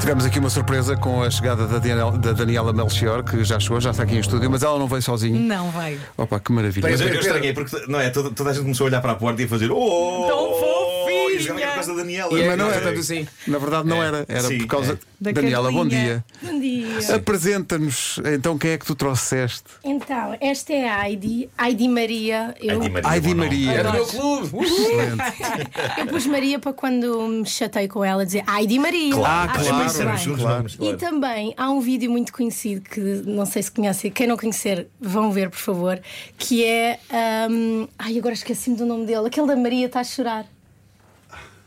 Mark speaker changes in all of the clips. Speaker 1: Tivemos aqui uma surpresa com a chegada da, Daniel- da Daniela Melchior, que já chegou, já está aqui em estúdio, mas ela não veio sozinha.
Speaker 2: Não veio.
Speaker 1: Opa, que maravilha. Mas
Speaker 3: Mas eu, eu
Speaker 1: é-
Speaker 3: estranhei porque não é, toda, toda a gente começou a olhar para a porta e a fazer oh,
Speaker 2: Tão fofinha!
Speaker 3: e justamente por causa da Daniela.
Speaker 1: mas não
Speaker 3: Eu
Speaker 1: era,
Speaker 3: sei.
Speaker 4: assim,
Speaker 1: na verdade
Speaker 4: É.
Speaker 1: não era, era
Speaker 3: Sim,
Speaker 1: por causa.
Speaker 2: Da
Speaker 1: Daniela, bom
Speaker 2: Carminha.
Speaker 1: dia.
Speaker 5: Bom dia.
Speaker 1: Apresenta-nos então quem é que tu trouxeste?
Speaker 5: Então, esta é a Heidi, Heidi Maria. Eu,
Speaker 3: Ai, Di Maria,
Speaker 1: Heidi
Speaker 3: bom nome.
Speaker 1: Maria.
Speaker 4: Era o É meu clube!
Speaker 1: Excelente. Ah,
Speaker 5: eu pus Maria para quando me chatei com ela dizer Heidi Maria.
Speaker 1: Ah,
Speaker 5: Acho
Speaker 3: Nós
Speaker 1: claro,
Speaker 3: sempre
Speaker 5: muito
Speaker 3: dissemos
Speaker 5: bem.
Speaker 3: juntos,
Speaker 1: claro.
Speaker 3: vamos,
Speaker 5: E também há um vídeo muito conhecido que não sei se conhecem, quem não conhecer, vão ver, por favor, que é. hum, ai, agora esqueci-me do nome dele, aquele da Maria está a chorar.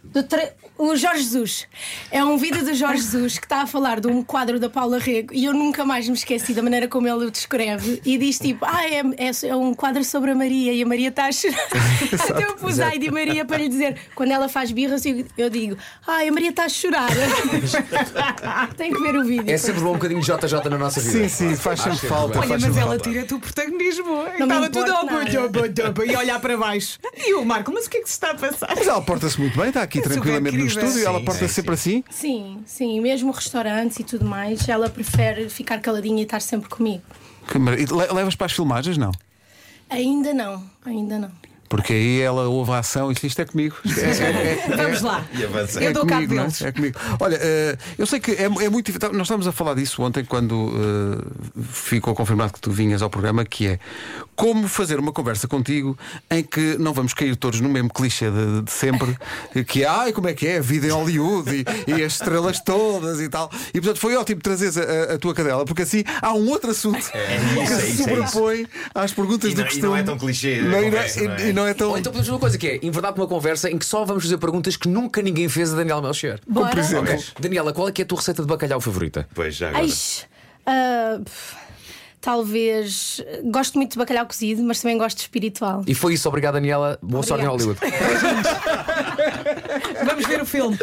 Speaker 5: Do tre- O Jorge Jesus. É um vídeo do Jorge Jesus que está a falar de um quadro da Paula Rego e eu nunca mais me esqueci da maneira como ele o descreve e diz tipo: Ah, é, é- é um quadro sobre a Maria e a Maria está a chorar. Até eu pus a Heidi Maria para lhe dizer: Quando ela faz birras, eu- eu digo: Ai, a Maria está a chorar. Tem que ver o vídeo.
Speaker 4: É sempre bom um bocadinho de JJ na nossa
Speaker 1: Sim,
Speaker 4: vida.
Speaker 1: sim, faz
Speaker 4: Acho
Speaker 1: sempre
Speaker 4: que é
Speaker 1: falta.
Speaker 4: verdade.
Speaker 1: faz
Speaker 2: Olha, mas
Speaker 1: sempre
Speaker 2: ela
Speaker 1: falta.
Speaker 2: tira-te o protagonismo.
Speaker 5: Não me
Speaker 2: Estava tudo
Speaker 5: importa
Speaker 2: ao
Speaker 5: nada.
Speaker 2: e a olhar para baixo. E o Marco, mas o que é que se está a passar?
Speaker 1: Mas ela porta-se muito bem, está aqui
Speaker 2: É super
Speaker 1: tranquilamente no
Speaker 2: querida.
Speaker 1: estúdio, ela
Speaker 4: Sim,
Speaker 1: porta-se
Speaker 4: sim,
Speaker 1: sempre assim.
Speaker 5: Sim, sim, mesmo restaurantes e tudo mais, ela prefere ficar caladinha e estar sempre comigo.
Speaker 1: assim. Que mara- e le- Levas para as filmagens, não?
Speaker 5: Ainda não, ainda não.
Speaker 1: Porque aí ela ouve a ação e diz isto é comigo. Isto é- é- é-
Speaker 2: Vamos lá.
Speaker 3: E avança.
Speaker 2: Eu dou cabo
Speaker 1: comigo, não é?
Speaker 2: deles.
Speaker 1: É comigo. Olha, eh, eu sei que é, é muito difícil. Tá, Nós estávamos a falar disso ontem quando eh, ficou confirmado que tu vinhas ao programa, que é como fazer uma conversa contigo em que não vamos cair todos no mesmo clichê de, de sempre, que é ai, como é que é a vida em Hollywood e, e as estrelas todas e tal. E portanto foi ótimo trazeres a, a- a tua cadela, porque assim há um outro assunto
Speaker 3: É
Speaker 1: que
Speaker 3: isso, é
Speaker 1: se
Speaker 3: isso, é isso.
Speaker 1: sobrepõe às perguntas
Speaker 3: E
Speaker 1: do
Speaker 3: não- e
Speaker 1: costume.
Speaker 3: não é tão clichê a
Speaker 1: Não, e não-
Speaker 3: conversa, não é?
Speaker 1: e não é tão.
Speaker 4: Ou então podemos fazer uma coisa que é inventar uma conversa em que só vamos fazer perguntas que nunca ninguém fez a Daniela Melchior.
Speaker 5: Bora.
Speaker 1: por exemplo.
Speaker 4: Ok. Daniela, qual é que é a tua receita de bacalhau favorita?
Speaker 3: Pois já agora.
Speaker 5: Ai, ah, pff, talvez. Gosto muito de bacalhau cozido, mas também gosto de espiritual.
Speaker 4: E foi isso, obrigado Daniela. Boa sorte em Hollywood.
Speaker 2: Vamos ver o filme.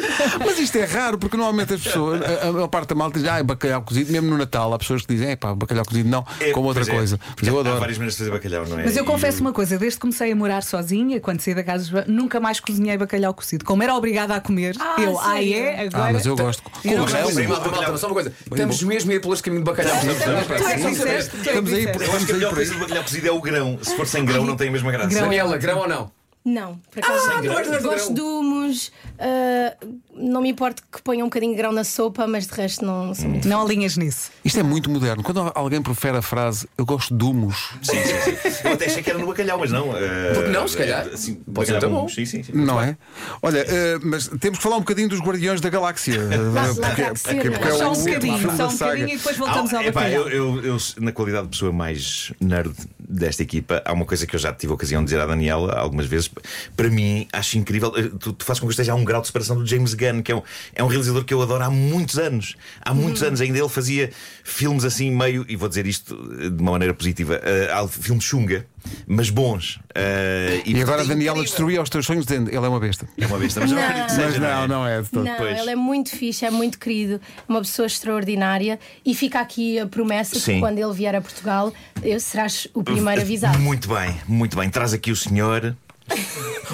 Speaker 1: Mas isto é raro, porque normalmente as pessoas, a, a maior parte da malta diz, ah, bacalhau cozido, mesmo no Natal, há pessoas que dizem, é pá, bacalhau cozido não,
Speaker 3: É,
Speaker 1: como outra
Speaker 3: pois é.
Speaker 1: coisa. Mas eu
Speaker 3: Há
Speaker 1: adoro.
Speaker 3: várias maneiras de fazer bacalhau, não é?
Speaker 2: Mas eu
Speaker 3: E
Speaker 2: confesso
Speaker 3: o-
Speaker 2: uma coisa: desde que comecei a morar sozinha, quando saí da casa, nunca mais cozinhei bacalhau cozido. Como era obrigada a comer,
Speaker 5: Ah,
Speaker 2: eu, ah,
Speaker 5: sério?
Speaker 2: é, agora.
Speaker 1: Ah, mas eu gosto. Com
Speaker 2: Eu não
Speaker 1: bacalhau,
Speaker 3: gosto.
Speaker 4: Sim,
Speaker 1: sim.
Speaker 4: malta, malta, mas só uma coisa. Estamos mesmo a ir pelo este caminho de bacalhau.
Speaker 2: Tu é que
Speaker 4: Sim, sim.
Speaker 2: disseste, tu é que
Speaker 1: Estamos aí por-
Speaker 2: disseste.
Speaker 3: Eu acho que a melhor coisa do bacalhau cozido é o grão. Se for sem grão, não tem a mesma graça.
Speaker 2: Grão.
Speaker 4: Daniela, grão ou não?
Speaker 5: Não, por acaso.
Speaker 4: não gosto de grão.
Speaker 5: gosto de humus, ah, não me importo que ponha um bocadinho de grão na sopa, mas de resto não sou muito.
Speaker 2: Não alinhas nisso.
Speaker 1: Isto é muito moderno. Quando alguém profere a frase eu gosto de humus,
Speaker 3: Sim, sim, sim. Eu até achei que era no bacalhau, mas não.
Speaker 4: Porque não, se calhar.
Speaker 3: Sim,
Speaker 4: Pode ser
Speaker 3: bacalhau
Speaker 4: também.
Speaker 3: bom. Sim, sim, sim.
Speaker 1: não é? Olha, eh, mas temos que falar um bocadinho dos Guardiões da Galáxia. Eh,
Speaker 5: Lá- lá
Speaker 1: porque,
Speaker 5: está que ser,
Speaker 1: porque-
Speaker 5: não é?
Speaker 1: porque é
Speaker 2: Só
Speaker 1: o
Speaker 2: um
Speaker 1: último
Speaker 2: bocadinho,
Speaker 1: filme
Speaker 2: só
Speaker 1: da
Speaker 2: um bocadinho e
Speaker 1: saga.
Speaker 2: depois voltamos
Speaker 3: Ah,
Speaker 2: ao
Speaker 3: epá, eu,
Speaker 2: bacalhau.
Speaker 3: eu- eu, na qualidade de pessoa mais nerd desta equipa, há uma coisa que eu já tive a ocasião de dizer à Daniela algumas vezes. Para mim, acho incrível. eh, Tu, tu fazes com que eu esteja a um grau de separação do James Gunn, que é um, é um realizador que eu adoro há muitos anos. Há muitos
Speaker 2: Hum.
Speaker 3: anos ainda ele fazia filmes assim, meio, e vou dizer isto eh, de uma maneira positiva, eh, há filmes chunga, mas bons. Eh,
Speaker 1: E agora a
Speaker 3: portanto,
Speaker 1: Daniela destruía os teus sonhos dizendo ele é uma besta.
Speaker 3: É uma besta, mas não,
Speaker 5: Não.
Speaker 3: acredito que
Speaker 1: Mas
Speaker 3: seja,
Speaker 1: não,
Speaker 3: é?
Speaker 1: não é de todo.
Speaker 5: Não,
Speaker 3: Pois.
Speaker 5: ele é muito fixe, é muito querido, é uma pessoa extraordinária e fica aqui a promessa
Speaker 3: Sim.
Speaker 5: que quando ele vier a Portugal, eu serás o primeiro avisado.
Speaker 3: Muito bem, muito bem. Traz aqui o senhor.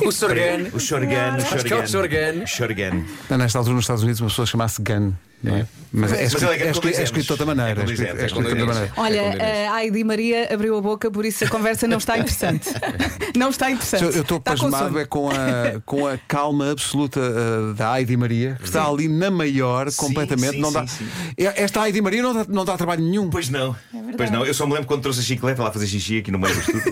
Speaker 4: O Sorgan.
Speaker 3: O Shorgan, o
Speaker 4: Acho que é o Shorgan.
Speaker 3: Shorgan. Shorgan.
Speaker 1: Não, Nesta altura nos Estados Unidos uma pessoa chama-se Gun, não é? Mas é
Speaker 3: Mas
Speaker 1: escrito-
Speaker 3: é que é
Speaker 1: é escrito é
Speaker 3: condizente.
Speaker 1: escrito de outra maneira. é
Speaker 3: É
Speaker 1: escrito-
Speaker 3: condizente,
Speaker 1: É
Speaker 3: é
Speaker 1: escrito de outra
Speaker 3: condizente.
Speaker 1: maneira.
Speaker 2: Olha,
Speaker 4: com Inês.
Speaker 2: a Heidi Maria abriu a boca, por isso a conversa não está interessante. não está interessante.
Speaker 1: Eu eu estou
Speaker 2: Está tá com
Speaker 1: pasmado
Speaker 2: sono.
Speaker 1: é com a, com a calma absoluta eh, da Heidi Maria, que está ali na maior completamente.
Speaker 3: sim,
Speaker 1: não
Speaker 3: sim,
Speaker 1: dá,
Speaker 3: sim.
Speaker 1: E- Esta Heidi Maria não dá, não dá trabalho nenhum.
Speaker 3: Pois não. pois não. Eu só me lembro quando trouxe a chicleta lá fazer xixi aqui no meio do estudo.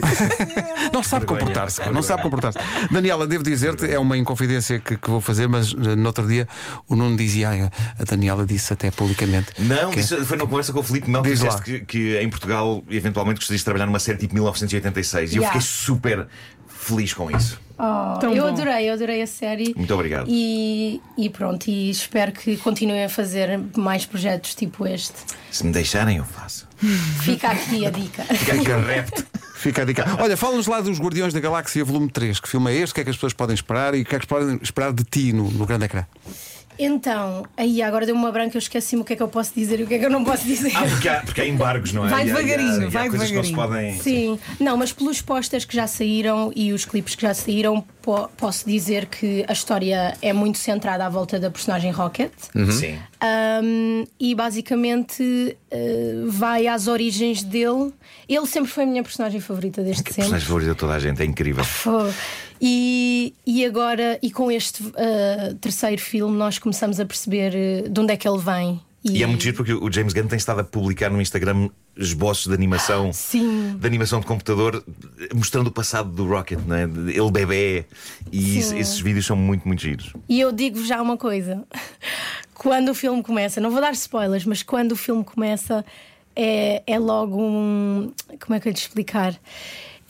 Speaker 1: Não sabe
Speaker 3: Vergonha.
Speaker 1: comportar-se, não sabe comportar-se. Daniela, devo dizer-te, é uma inconfidência que, que vou fazer, mas eh, no outro dia o Nuno dizia, "Ai, a Daniela disse até publicamente.
Speaker 3: Não,
Speaker 1: que-
Speaker 3: isso foi numa conversa com o Filipe Mel que
Speaker 1: Diz lá.
Speaker 3: disseste que, que em Portugal eventualmente gostarias de trabalhar numa série tipo 1986 e eu
Speaker 5: Yeah.
Speaker 3: fiquei super feliz com isso.
Speaker 5: Oh,
Speaker 2: Tão
Speaker 5: eu
Speaker 2: bom.
Speaker 5: adorei, eu adorei a série.
Speaker 3: Muito obrigado.
Speaker 5: E, e pronto, e espero que continuem a fazer mais projetos tipo este.
Speaker 3: Se me deixarem, eu faço.
Speaker 5: Fica aqui a dica.
Speaker 3: Fica aqui o repto.
Speaker 1: Fica a dica. Olha, fala-nos lá dos Guardiões da Galáxia Volume 3. Que filme é este? O que é que as pessoas podem esperar e o que é que podem esperar de ti no, no grande ecrã?
Speaker 5: Então, aí agora deu-me uma branca, eu esqueci-me o que é que eu posso dizer e o que é que eu não posso dizer.
Speaker 3: Ah, porque há, porque há embargos, não é?
Speaker 2: Vai
Speaker 3: E há- e há-
Speaker 2: devagarinho,
Speaker 3: e há
Speaker 2: vai
Speaker 3: coisas que não se
Speaker 2: devagarinho.
Speaker 3: podem.
Speaker 5: Sim, não, mas pelos posters que já saíram e os clipes que já saíram, po- posso dizer que a história é muito centrada à volta da personagem Rocket.
Speaker 3: Sim.
Speaker 5: Um, e basicamente uh, vai às origens dele. Ele sempre foi a minha personagem favorita desde
Speaker 3: Que
Speaker 5: sempre.
Speaker 3: personagem favorita de toda a gente, é incrível.
Speaker 5: Fogo. E, e agora, e com este uh, terceiro filme, nós começamos a perceber uh, de onde é que ele vem.
Speaker 3: E é muito giro porque o James Gunn tem estado a publicar no Instagram esboços de animação,
Speaker 5: Sim.
Speaker 3: de animação de computador, mostrando o passado do Rocket, não é? ele bebê. E isso- esses vídeos são muito, muito giros.
Speaker 5: E eu digo já uma coisa: quando o filme começa, não vou dar spoilers, mas quando o filme começa, é, é logo um. Como é que eu lhe explicar?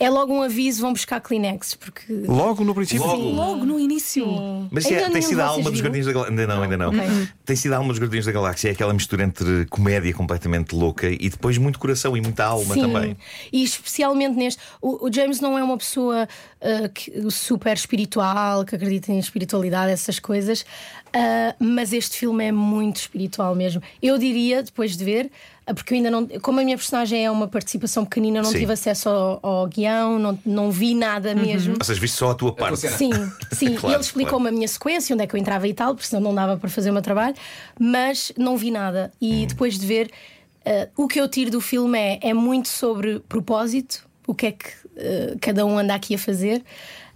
Speaker 5: É logo um aviso: vão buscar Kleenex, porque.
Speaker 1: Logo no princípio.
Speaker 3: Logo.
Speaker 2: Logo no início.
Speaker 3: Mas isso é-
Speaker 5: Ainda
Speaker 3: tem
Speaker 5: nenhum
Speaker 3: sido
Speaker 5: de
Speaker 3: a
Speaker 5: vocês
Speaker 3: alma dos
Speaker 5: viu?
Speaker 3: Guardiões da Galáxia. Ainda não, ainda não.
Speaker 5: Ok.
Speaker 3: Tem sido a alma dos Guardiões da Galáxia, é aquela mistura entre comédia completamente louca e depois muito coração e muita alma também.
Speaker 5: E especialmente neste. O, o James não é uma pessoa ah, que- super espiritual, que acredita em espiritualidade, essas coisas, ah, mas este filme é muito espiritual mesmo. Eu diria, depois de ver, ah, porque eu ainda não. Como a minha personagem é uma participação pequenina, eu não
Speaker 3: Sim.
Speaker 5: tive acesso ao, ao guião, não, não vi nada mesmo.
Speaker 3: Ou seja, viste só a
Speaker 1: É
Speaker 3: tua parte.
Speaker 5: Sim, sim.
Speaker 3: Claro,
Speaker 5: ele explicou-me a minha sequência, onde é que eu entrava e tal, porque senão não dava para fazer o meu trabalho, mas não vi nada.
Speaker 3: Hum.
Speaker 5: E depois de ver, eh, o que eu tiro do filme é, é muito sobre propósito, o que é que eh, cada um anda aqui a fazer,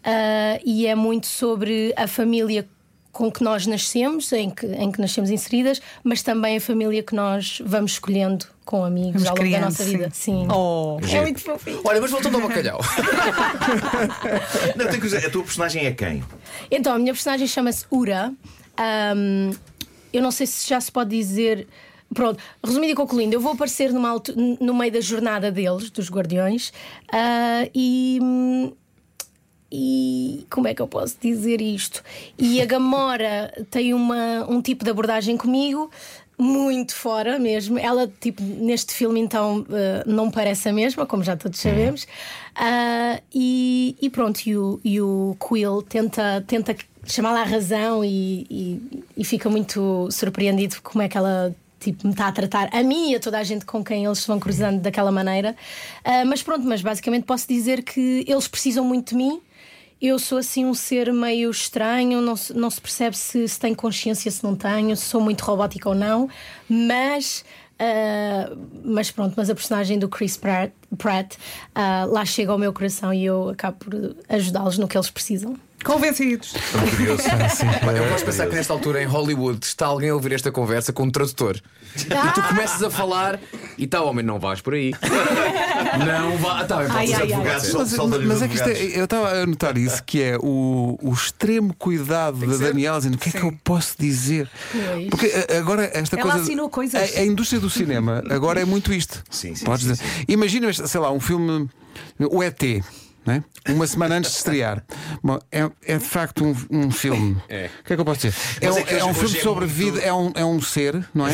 Speaker 5: ah, e é muito sobre a família com que nós nascemos, em que, em que nascemos inseridas, mas também a família que nós vamos escolhendo com amigos
Speaker 2: Vamos
Speaker 5: ao longo
Speaker 2: criando,
Speaker 5: da nossa
Speaker 2: sim.
Speaker 5: vida. Sim.
Speaker 2: Oh.
Speaker 5: É muito fofinho.
Speaker 4: Olha, mas voltando ao bacalhau.
Speaker 3: Não, tem que dizer, a tua personagem é quem?
Speaker 5: Então, a minha personagem chama-se Ura. Ahm, eu não sei se já se pode dizer. Pronto, resumindo e concluindo, eu vou aparecer numa altu- no meio da jornada deles, dos Guardiões, ah, e. hum, E como é que eu posso dizer isto? E a Gamora tem uma, um tipo de abordagem comigo, muito fora mesmo. Ela, tipo, neste filme, então, ah, não parece a mesma, como já todos sabemos. Ah, e, e pronto, e o, e o Quill tenta, tenta chamá-la à razão e, e, e fica muito surpreendido como é que ela tipo, me está a tratar a mim e a toda a gente com quem eles se vão cruzando daquela maneira. Ah, mas pronto, mas basicamente posso dizer que eles precisam muito de mim. Eu sou assim um ser meio estranho, não se, não se percebe se, se tenho consciência, se não tenho, se sou muito robótica ou não, mas. ah, mas pronto, mas a personagem do Chris Pratt, Pratt, ah, lá chega ao meu coração e eu acabo por ajudá-los no que eles precisam.
Speaker 2: Convencidos.
Speaker 4: Eu gosto de pensar que nesta altura em Hollywood está alguém a ouvir esta conversa com um tradutor. E tu
Speaker 5: Ah!
Speaker 4: começas a falar e tal, homem, não vais por aí. não vá. Tá, bem, pode
Speaker 5: Ai,
Speaker 3: É
Speaker 4: ser
Speaker 5: ai,
Speaker 4: advogado.
Speaker 5: ai.
Speaker 3: Advogados, sol-
Speaker 1: Mas,
Speaker 3: solta-lhe os
Speaker 1: mas é que isto é,
Speaker 3: advogados.
Speaker 1: eu estava a anotar isso, que é o, o extremo cuidado da
Speaker 4: ser.
Speaker 1: Daniela dizendo o que é que eu posso dizer.
Speaker 5: Pois.
Speaker 1: Porque a- agora esta
Speaker 2: Ela
Speaker 1: coisa.
Speaker 2: assinou coisas.
Speaker 1: A, a indústria do cinema agora é muito isto.
Speaker 3: Sim, sim,
Speaker 1: Podes
Speaker 3: sim,
Speaker 1: dizer. Imagina, sei lá, um filme. O ET. né? Uma semana antes de estrear. Bom, é, é de facto um, um filme. O que é que eu posso dizer? É
Speaker 3: Mas
Speaker 1: um,
Speaker 3: é que
Speaker 1: é um
Speaker 3: hoje-
Speaker 1: filme
Speaker 3: hoje é
Speaker 1: sobre
Speaker 3: muito-
Speaker 1: vida, é um, é um ser, não é?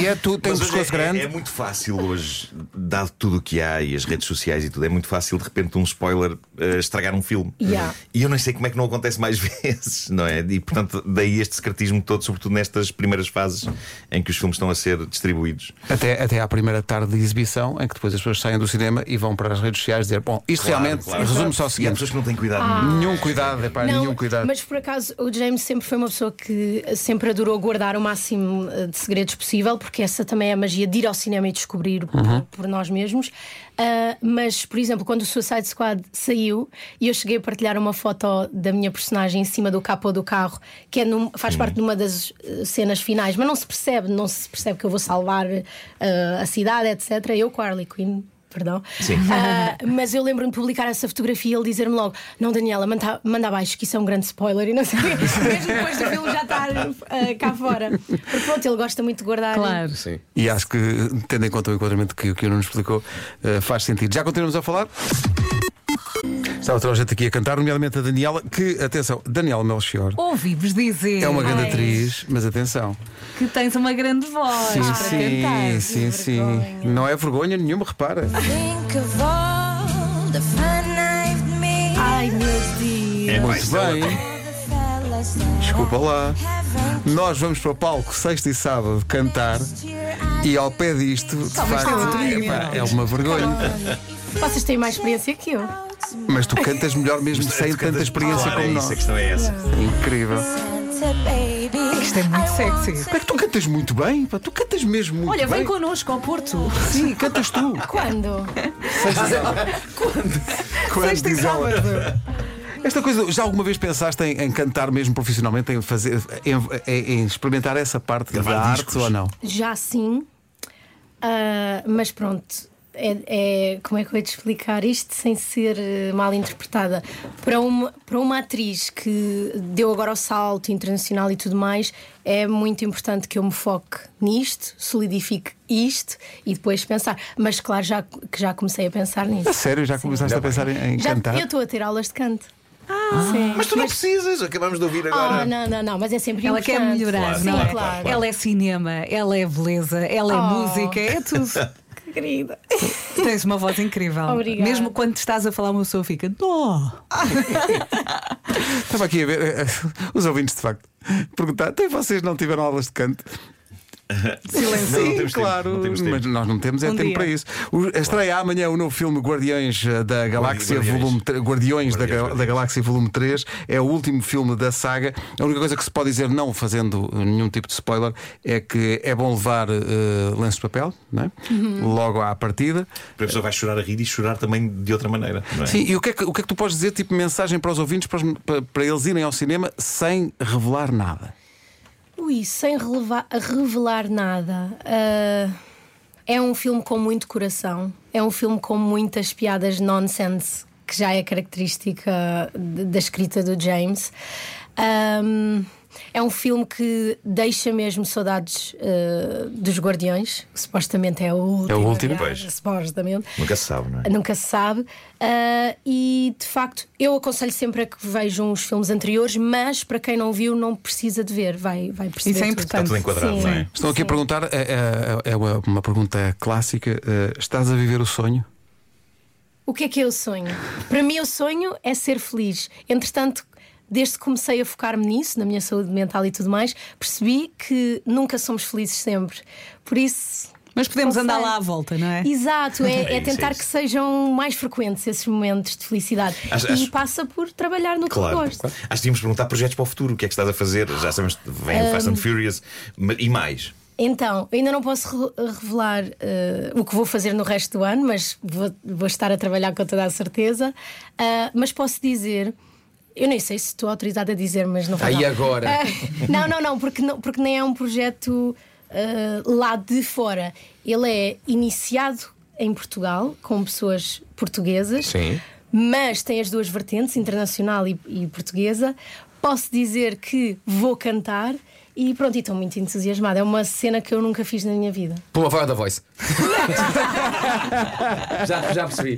Speaker 1: E é tu, tem um
Speaker 3: Mas hoje
Speaker 1: pescoço
Speaker 3: é,
Speaker 1: grande.
Speaker 3: É, é muito fácil hoje, dado tudo o que há e as redes sociais e tudo, é muito fácil de repente um spoiler eh, estragar um filme.
Speaker 5: Yeah.
Speaker 3: E eu não sei como é que não acontece mais vezes, não é? E portanto, daí este secretismo todo, sobretudo nestas primeiras fases em que os filmes estão a ser distribuídos.
Speaker 1: Até, até à primeira tarde de exibição, em que depois as pessoas saem do cinema e vão para as redes sociais dizer: Bom, isto
Speaker 3: Claro,
Speaker 1: realmente
Speaker 3: claro.
Speaker 1: resume-se ao
Speaker 3: E há
Speaker 1: seguinte:
Speaker 3: pessoas que não têm cuidado nenhum.
Speaker 1: nenhum cuidado, é pá,
Speaker 5: Não,
Speaker 1: nenhum cuidado.
Speaker 5: Mas por acaso o James sempre foi uma pessoa que sempre adorou guardar o máximo eh, de segredos possível, porque essa também é a magia de ir ao cinema e descobrir por- por nós mesmos. Ah, mas, por exemplo, quando o Suicide Squad saiu e eu cheguei a partilhar uma foto da minha personagem em cima do capô do carro, que é num- faz parte de uma das eh, cenas finais, mas não se percebe, não se percebe que eu vou salvar eh, a cidade, etc. Eu com a Harley Quinn. Perdão.
Speaker 3: Sim.
Speaker 5: Ah, mas eu lembro-me de publicar essa fotografia e ele dizer-me logo: Não, Daniela, manda, manda abaixo, que isso é um grande spoiler e não sei o quê. Mesmo depois do filme já estar ah, cá fora. Porque pronto, ele gosta muito de guardar.
Speaker 2: Claro.
Speaker 4: Sim.
Speaker 1: E acho que, tendo em conta o enquadramento que, que o Nuno explicou, eh, faz sentido. Já continuamos a falar? Estava toda a gente aqui a cantar, nomeadamente a Daniela, que, atenção, Daniela Melchior
Speaker 2: Ouvi-vos dizer
Speaker 1: é uma grande
Speaker 5: Ai.
Speaker 1: atriz, mas atenção.
Speaker 2: que tens uma grande voz para
Speaker 1: sim,
Speaker 2: cantar.
Speaker 1: sim, sim.
Speaker 5: vergonha.
Speaker 1: Não é vergonha nenhuma, repara.
Speaker 6: Think of all the fun I've made.
Speaker 5: Ai meu Deus.
Speaker 3: É, pá,
Speaker 1: Muito
Speaker 3: isto é
Speaker 1: bem.
Speaker 6: All the fellas that
Speaker 1: Desculpa lá.
Speaker 6: I haven't
Speaker 1: Nós vamos para o palco sexta e sábado cantar
Speaker 6: kissed your eyes.
Speaker 1: e ao pé disto, de facto,
Speaker 2: isto é muito
Speaker 1: epá, é uma vergonha.
Speaker 5: Vocês têm mais experiência que eu.
Speaker 1: Mas tu cantas melhor mesmo
Speaker 3: Mas tu
Speaker 1: sem tanta
Speaker 3: cantas-
Speaker 1: experiência
Speaker 3: Claro,
Speaker 1: como
Speaker 3: é
Speaker 1: nós.
Speaker 3: isso, a questão é essa.
Speaker 1: Incrível.
Speaker 2: Isto é muito sexy.
Speaker 1: Como é que tu cantas muito bem? pá? Tu cantas mesmo muito
Speaker 2: Olha,
Speaker 1: bem.
Speaker 2: vem connosco ao Porto.
Speaker 1: Sim, cantas tu.
Speaker 5: Quando?
Speaker 2: Sexta e
Speaker 1: diz ela.
Speaker 2: sábado.
Speaker 1: Esta coisa, já alguma vez pensaste em, em cantar mesmo profissionalmente, em, fazer, em, em- em experimentar essa parte
Speaker 3: Gravar
Speaker 1: da
Speaker 3: discos.
Speaker 1: arte ou não?
Speaker 5: Já sim, ah, mas pronto. É, é- como é que eu ia te explicar isto sem ser eh, mal interpretada? Para uma, para uma atriz que deu agora o salto internacional e tudo mais, é muito importante que eu me foque nisto, solidifique isto e depois pensar. Mas claro, já, que já comecei a pensar
Speaker 1: A
Speaker 5: nisso.
Speaker 1: sério, já começaste a pensar em, em
Speaker 5: Já,
Speaker 1: cantar?
Speaker 5: eu estou a ter aulas de canto.
Speaker 2: Ah,
Speaker 5: Sim.
Speaker 3: Ah, Mas tu não precisas, acabamos de ouvir
Speaker 5: Ah,
Speaker 3: agora.
Speaker 5: não, não, não, mas é sempre
Speaker 2: Ela
Speaker 5: importante.
Speaker 2: quer melhorar,
Speaker 3: Claro,
Speaker 2: não
Speaker 5: Sim,
Speaker 2: é?
Speaker 5: claro.
Speaker 2: Ela é cinema, ela é beleza, ela é
Speaker 5: Oh.
Speaker 2: música, é tudo.
Speaker 5: Querida.
Speaker 2: Tens uma voz incrível.
Speaker 5: Obrigada.
Speaker 2: Mesmo quando estás a falar, uma pessoa fica. "Dó".
Speaker 1: Estava aqui a ver eh, eh, os ouvintes, de facto, perguntar: até vocês não tiveram aulas de canto?
Speaker 3: Silêncio. Não, não temos tempo,
Speaker 1: claro,
Speaker 3: não temos tempo.
Speaker 1: mas nós não temos é
Speaker 2: Um
Speaker 1: tempo
Speaker 2: dia.
Speaker 1: para isso. O, estreia amanhã o novo filme Guardiões eh, da Galáxia,
Speaker 3: Guardiões.
Speaker 1: volume tre- Guardiões, da, Ga-
Speaker 3: Guardiões.
Speaker 1: da Galáxia, volume 3. É o último filme da saga. A única coisa que se pode dizer, não fazendo nenhum tipo de spoiler, é que é bom levar eh, lenço de papel, não é?
Speaker 2: Uhum.
Speaker 1: logo à partida.
Speaker 3: Porque a pessoa vai chorar a rir e chorar também de outra maneira. Não é?
Speaker 1: Sim, e o que, é que, o que é que tu podes dizer, tipo mensagem para os ouvintes, para, os- para- para eles irem ao cinema sem revelar nada?
Speaker 5: Ui, sem releva- revelar nada. Ah, é um filme com muito coração. É um filme com muitas piadas nonsense, que já é característica de- da escrita do James. Ahm, é um filme que deixa mesmo saudades ah, dos Guardiões. que Supostamente é o último.
Speaker 1: último,
Speaker 3: pois.
Speaker 5: Supostamente.
Speaker 3: Nunca se sabe, não é?
Speaker 5: Nunca se sabe. Ah, e de facto, eu aconselho sempre a que vejam os filmes anteriores, mas para quem não viu, não precisa de ver, vai, vai perceber.
Speaker 2: Isso é
Speaker 5: tudo.
Speaker 2: importante.
Speaker 3: Tudo enquadrado,
Speaker 5: Sim.
Speaker 3: não é?
Speaker 1: Estão aqui a perguntar, é, é- é uma uma pergunta clássica: eh, estás a viver o sonho?
Speaker 5: O que é que é o sonho? Para mim, o sonho é ser feliz. Entretanto, desde que comecei a focar-me nisso, na minha saúde mental e tudo mais, percebi que nunca somos felizes sempre. Por isso.
Speaker 2: Mas podemos
Speaker 5: não
Speaker 2: andar
Speaker 5: sei.
Speaker 2: lá à volta, não é?
Speaker 5: Exato, é, é
Speaker 3: isso, é
Speaker 5: tentar
Speaker 3: isso.
Speaker 5: que sejam mais frequentes esses momentos de felicidade.
Speaker 3: Acho-
Speaker 5: e
Speaker 3: acho-
Speaker 5: passa por trabalhar no
Speaker 3: Claro.
Speaker 5: que gosto.
Speaker 3: Acho que devíamos perguntar projetos para o futuro. O que é que estás a fazer? Já sabemos que vem o Fast and Furious mas- e mais.
Speaker 5: Então, eu ainda não posso re- revelar eh, o que vou fazer no resto do ano, mas vou, vou estar a trabalhar com toda a certeza. Ah, mas posso dizer, eu nem sei se estou autorizada a dizer, mas não faz
Speaker 4: Aí
Speaker 5: mal.
Speaker 4: agora.
Speaker 5: Ah, não, não, não porque, não, porque nem é um projeto ah, lá de fora. Ele é iniciado em Portugal, com pessoas portuguesas.
Speaker 4: Sim.
Speaker 5: Mas tem as duas vertentes, internacional e, e portuguesa. Posso dizer que vou cantar e pronto, e estou muito entusiasmada. É uma cena que eu nunca fiz na minha vida.
Speaker 4: Pula vai da voice. já, já percebi.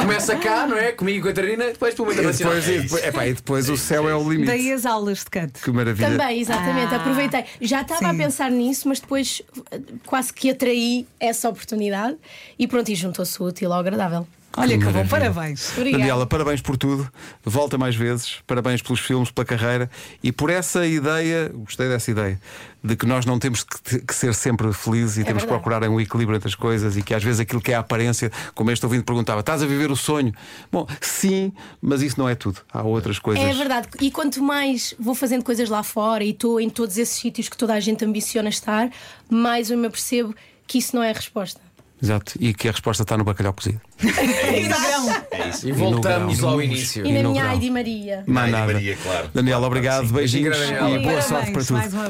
Speaker 4: Começa cá, não é? Comigo e com a Catarina, depois pula
Speaker 1: E
Speaker 4: internacional.
Speaker 1: depois, e depois, epá, e depois o céu é o limite.
Speaker 2: Daí as aulas de canto.
Speaker 1: Que maravilha.
Speaker 5: Também, exatamente,
Speaker 2: Ah.
Speaker 5: aproveitei. Já estava a
Speaker 2: Sim.
Speaker 5: pensar nisso, mas depois eh, quase que atraí essa oportunidade e pronto, e juntou-se o útil ao agradável.
Speaker 2: Olha que, bom,
Speaker 1: maravilha.
Speaker 2: parabéns.
Speaker 1: Daniela, parabéns por tudo. Volta mais vezes. Parabéns pelos filmes, pela carreira e por essa ideia. Gostei dessa ideia de que nós não temos que, te- que ser sempre felizes e temos que
Speaker 5: verdade.
Speaker 1: procurar um equilíbrio entre as coisas e que às vezes aquilo que é a aparência, como este ouvinte perguntava, estás a viver o sonho? Bom, sim, mas isso não é tudo. Há outras coisas.
Speaker 5: É verdade. E quanto mais vou fazendo coisas lá fora e estou em todos esses sítios que toda a gente ambiciona estar, mais eu me apercebo que isso não é a resposta.
Speaker 1: Exato. E que a resposta está no bacalhau cozido.
Speaker 4: E voltamos
Speaker 1: no grão.
Speaker 4: ao início.
Speaker 5: E na
Speaker 1: no
Speaker 5: minha
Speaker 1: grau.
Speaker 5: Ai de Maria.
Speaker 1: Mais
Speaker 3: Ai,
Speaker 1: nada.
Speaker 3: Maria, claro.
Speaker 1: Daniela,
Speaker 3: Claro,
Speaker 1: obrigado.
Speaker 3: claro, sim.
Speaker 1: Beijinhos
Speaker 4: Obrigada, Daniela.
Speaker 1: e boa sorte para
Speaker 2: Parabéns,
Speaker 1: tudo.
Speaker 2: mais uma